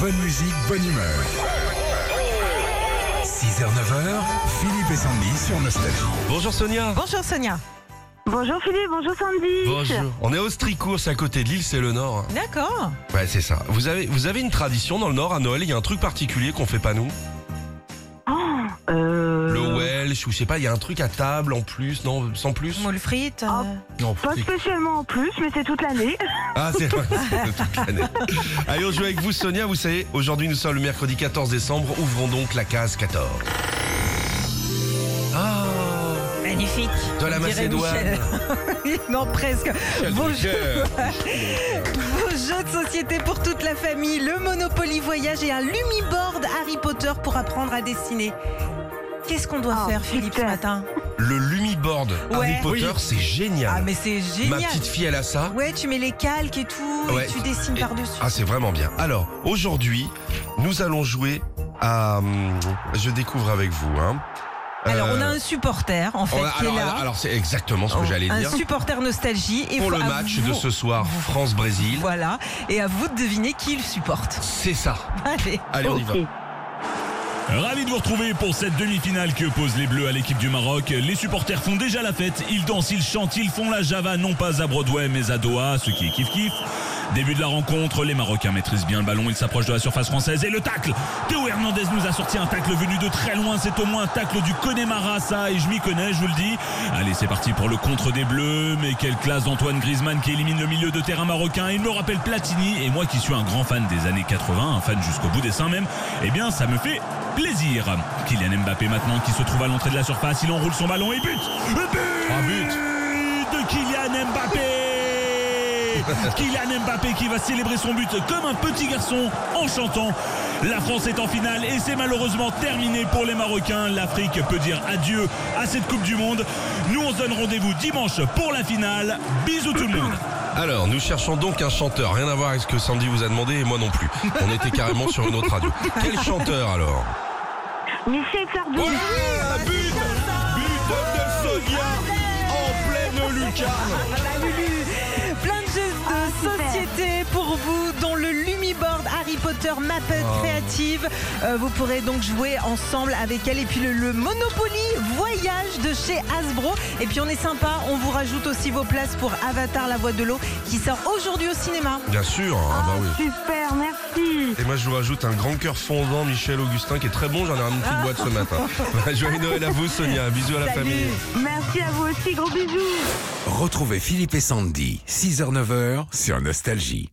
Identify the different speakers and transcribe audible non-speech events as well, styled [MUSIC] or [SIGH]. Speaker 1: Bonne musique, bonne humeur. 6h, 9h, Philippe et Sandy sur Nostalgie.
Speaker 2: Bonjour Sonia.
Speaker 3: Bonjour Sonia.
Speaker 4: Bonjour Philippe, bonjour Sandy.
Speaker 2: [LAUGHS] On est au Stricourt, c'est à côté de l'île, c'est le Nord.
Speaker 3: D'accord.
Speaker 2: Ouais, c'est ça. Vous avez, vous avez une tradition dans le Nord, à Noël, il y a un truc particulier qu'on fait pas nous
Speaker 4: Euh,
Speaker 2: Le Welsh, ou je sais pas, il y a un truc à table en plus, non Sans plus
Speaker 3: Moule frite. euh,
Speaker 4: Ah.
Speaker 2: Non,
Speaker 4: Pas
Speaker 2: c'est-
Speaker 4: spécialement en plus, mais c'est toute l'année.
Speaker 2: Ah, c'est vrai, c'est toute l'année. Allez, on joue avec vous Sonia, vous savez, aujourd'hui nous sommes le mercredi 14 décembre, ouvrons donc la case 14. Ah
Speaker 3: Magnifique.
Speaker 2: De la
Speaker 3: On dirait
Speaker 2: Macédoine.
Speaker 3: Michel. [LAUGHS] non, presque.
Speaker 2: Quel
Speaker 3: Bon jeu.
Speaker 2: cœur.
Speaker 3: Vos jeux de société pour toute la famille, le Monopoly Voyage et un Lumiboard Harry Potter pour apprendre à dessiner. Qu'est-ce qu'on doit
Speaker 2: Oh,
Speaker 4: Ah,
Speaker 3: faire, Philippe, ce
Speaker 4: super.
Speaker 3: matin
Speaker 2: Le Lumiboard Harry
Speaker 3: Ouais.
Speaker 2: Potter,
Speaker 3: Oui.
Speaker 2: c'est génial.
Speaker 3: Ah, mais c'est
Speaker 2: Ma
Speaker 3: génial.
Speaker 2: petite fille, elle a ça.
Speaker 3: Ouais, tu mets les calques et tout,
Speaker 2: Ouais.
Speaker 3: et tu dessines
Speaker 2: Et-
Speaker 3: par-dessus.
Speaker 2: Ah, c'est vraiment bien. Alors, aujourd'hui, nous allons jouer à. hum, Je découvre avec vous. Hein.
Speaker 3: Alors,
Speaker 2: Euh,
Speaker 3: on a un supporter, en fait,
Speaker 2: on a-
Speaker 3: qui
Speaker 2: alors,
Speaker 3: est là. Oh,
Speaker 2: alors, c'est exactement ce que j'allais
Speaker 3: un
Speaker 2: dire.
Speaker 3: supporter nostalgie. Et
Speaker 2: Pour
Speaker 3: faut-
Speaker 2: le
Speaker 3: à
Speaker 2: match
Speaker 3: vous-
Speaker 2: de ce soir, France-Brésil,
Speaker 3: Voilà. Et à vous de deviner qui le supporte. [LAUGHS]
Speaker 2: c'est ça.
Speaker 3: Allez.
Speaker 2: Allez, on y va.
Speaker 4: Ok.
Speaker 5: Ravi de vous retrouver pour cette demi-finale que opposent les Bleus à l'équipe du Maroc. Les supporters font déjà la fête, ils dansent, ils chantent, ils font la Java, non pas à Broadway mais à Doha, ce qui est kiff-kiff. Début de la rencontre, les Marocains maîtrisent bien le ballon, ils s'approchent de la surface française et le tacle Théo Hernandez nous a sorti un tacle venu de très loin, c'est au moins un tacle du Connemara ça, et je m'y connais, je vous le dis. Allez, c'est parti pour le contre des Bleus, mais quelle classe d'Antoine Griezmann qui élimine le milieu de terrain marocain, il me rappelle Platini, et moi qui suis un grand fan des années 80, un fan jusqu'au bout des seins même, eh bien ça me fait plaisir. Kylian Mbappé maintenant qui se trouve à l'entrée de la surface, il enroule son ballon et but But
Speaker 2: Ah, but
Speaker 5: De Kylian
Speaker 2: [LAUGHS]
Speaker 5: Mbappé Kylian Mbappé qui va célébrer son but comme un petit garçon en chantant. La France est en finale et c'est malheureusement terminé pour les Marocains. L'Afrique peut dire adieu à cette Coupe du Monde. Nous on se donne rendez-vous dimanche pour la finale. Bisous tout le monde
Speaker 2: Alors, nous cherchons donc un chanteur. Rien à voir avec ce que Sandy vous a demandé et moi non plus. On était carrément sur une autre
Speaker 3: [LAUGHS]
Speaker 2: radio. Quel chanteur alors
Speaker 4: Michel Sardou.
Speaker 2: Voilà, but But de Sonia en pleine lucarne.
Speaker 3: Plein de jeux de
Speaker 4: Ah, super.
Speaker 3: société pour vous, dont le Lumiboard Harry Potter Mapped Créative. Euh, vous pourrez donc jouer ensemble avec elle. Et puis le, le Monopoly Voyage de chez Hasbro. Et puis on est sympa, on vous rajoute aussi vos places pour Avatar, la voix de l'eau, qui sort aujourd'hui au cinéma.
Speaker 2: Bien sûr, ah bah oui.
Speaker 4: Super, merci.
Speaker 2: Et moi, je vous rajoute un grand cœur fondant, Michel Augustin, qui est très bon. J'en ai ramené une petite boîte ce [LAUGHS] matin. Bah, Joyeux Noël à vous, Sonia. Bisous à la
Speaker 3: Salut.
Speaker 2: famille.
Speaker 4: Merci à vous aussi, gros bisous.
Speaker 1: Retrouvez Philippe et Sandy, 6h, 9h sur Nostalgie.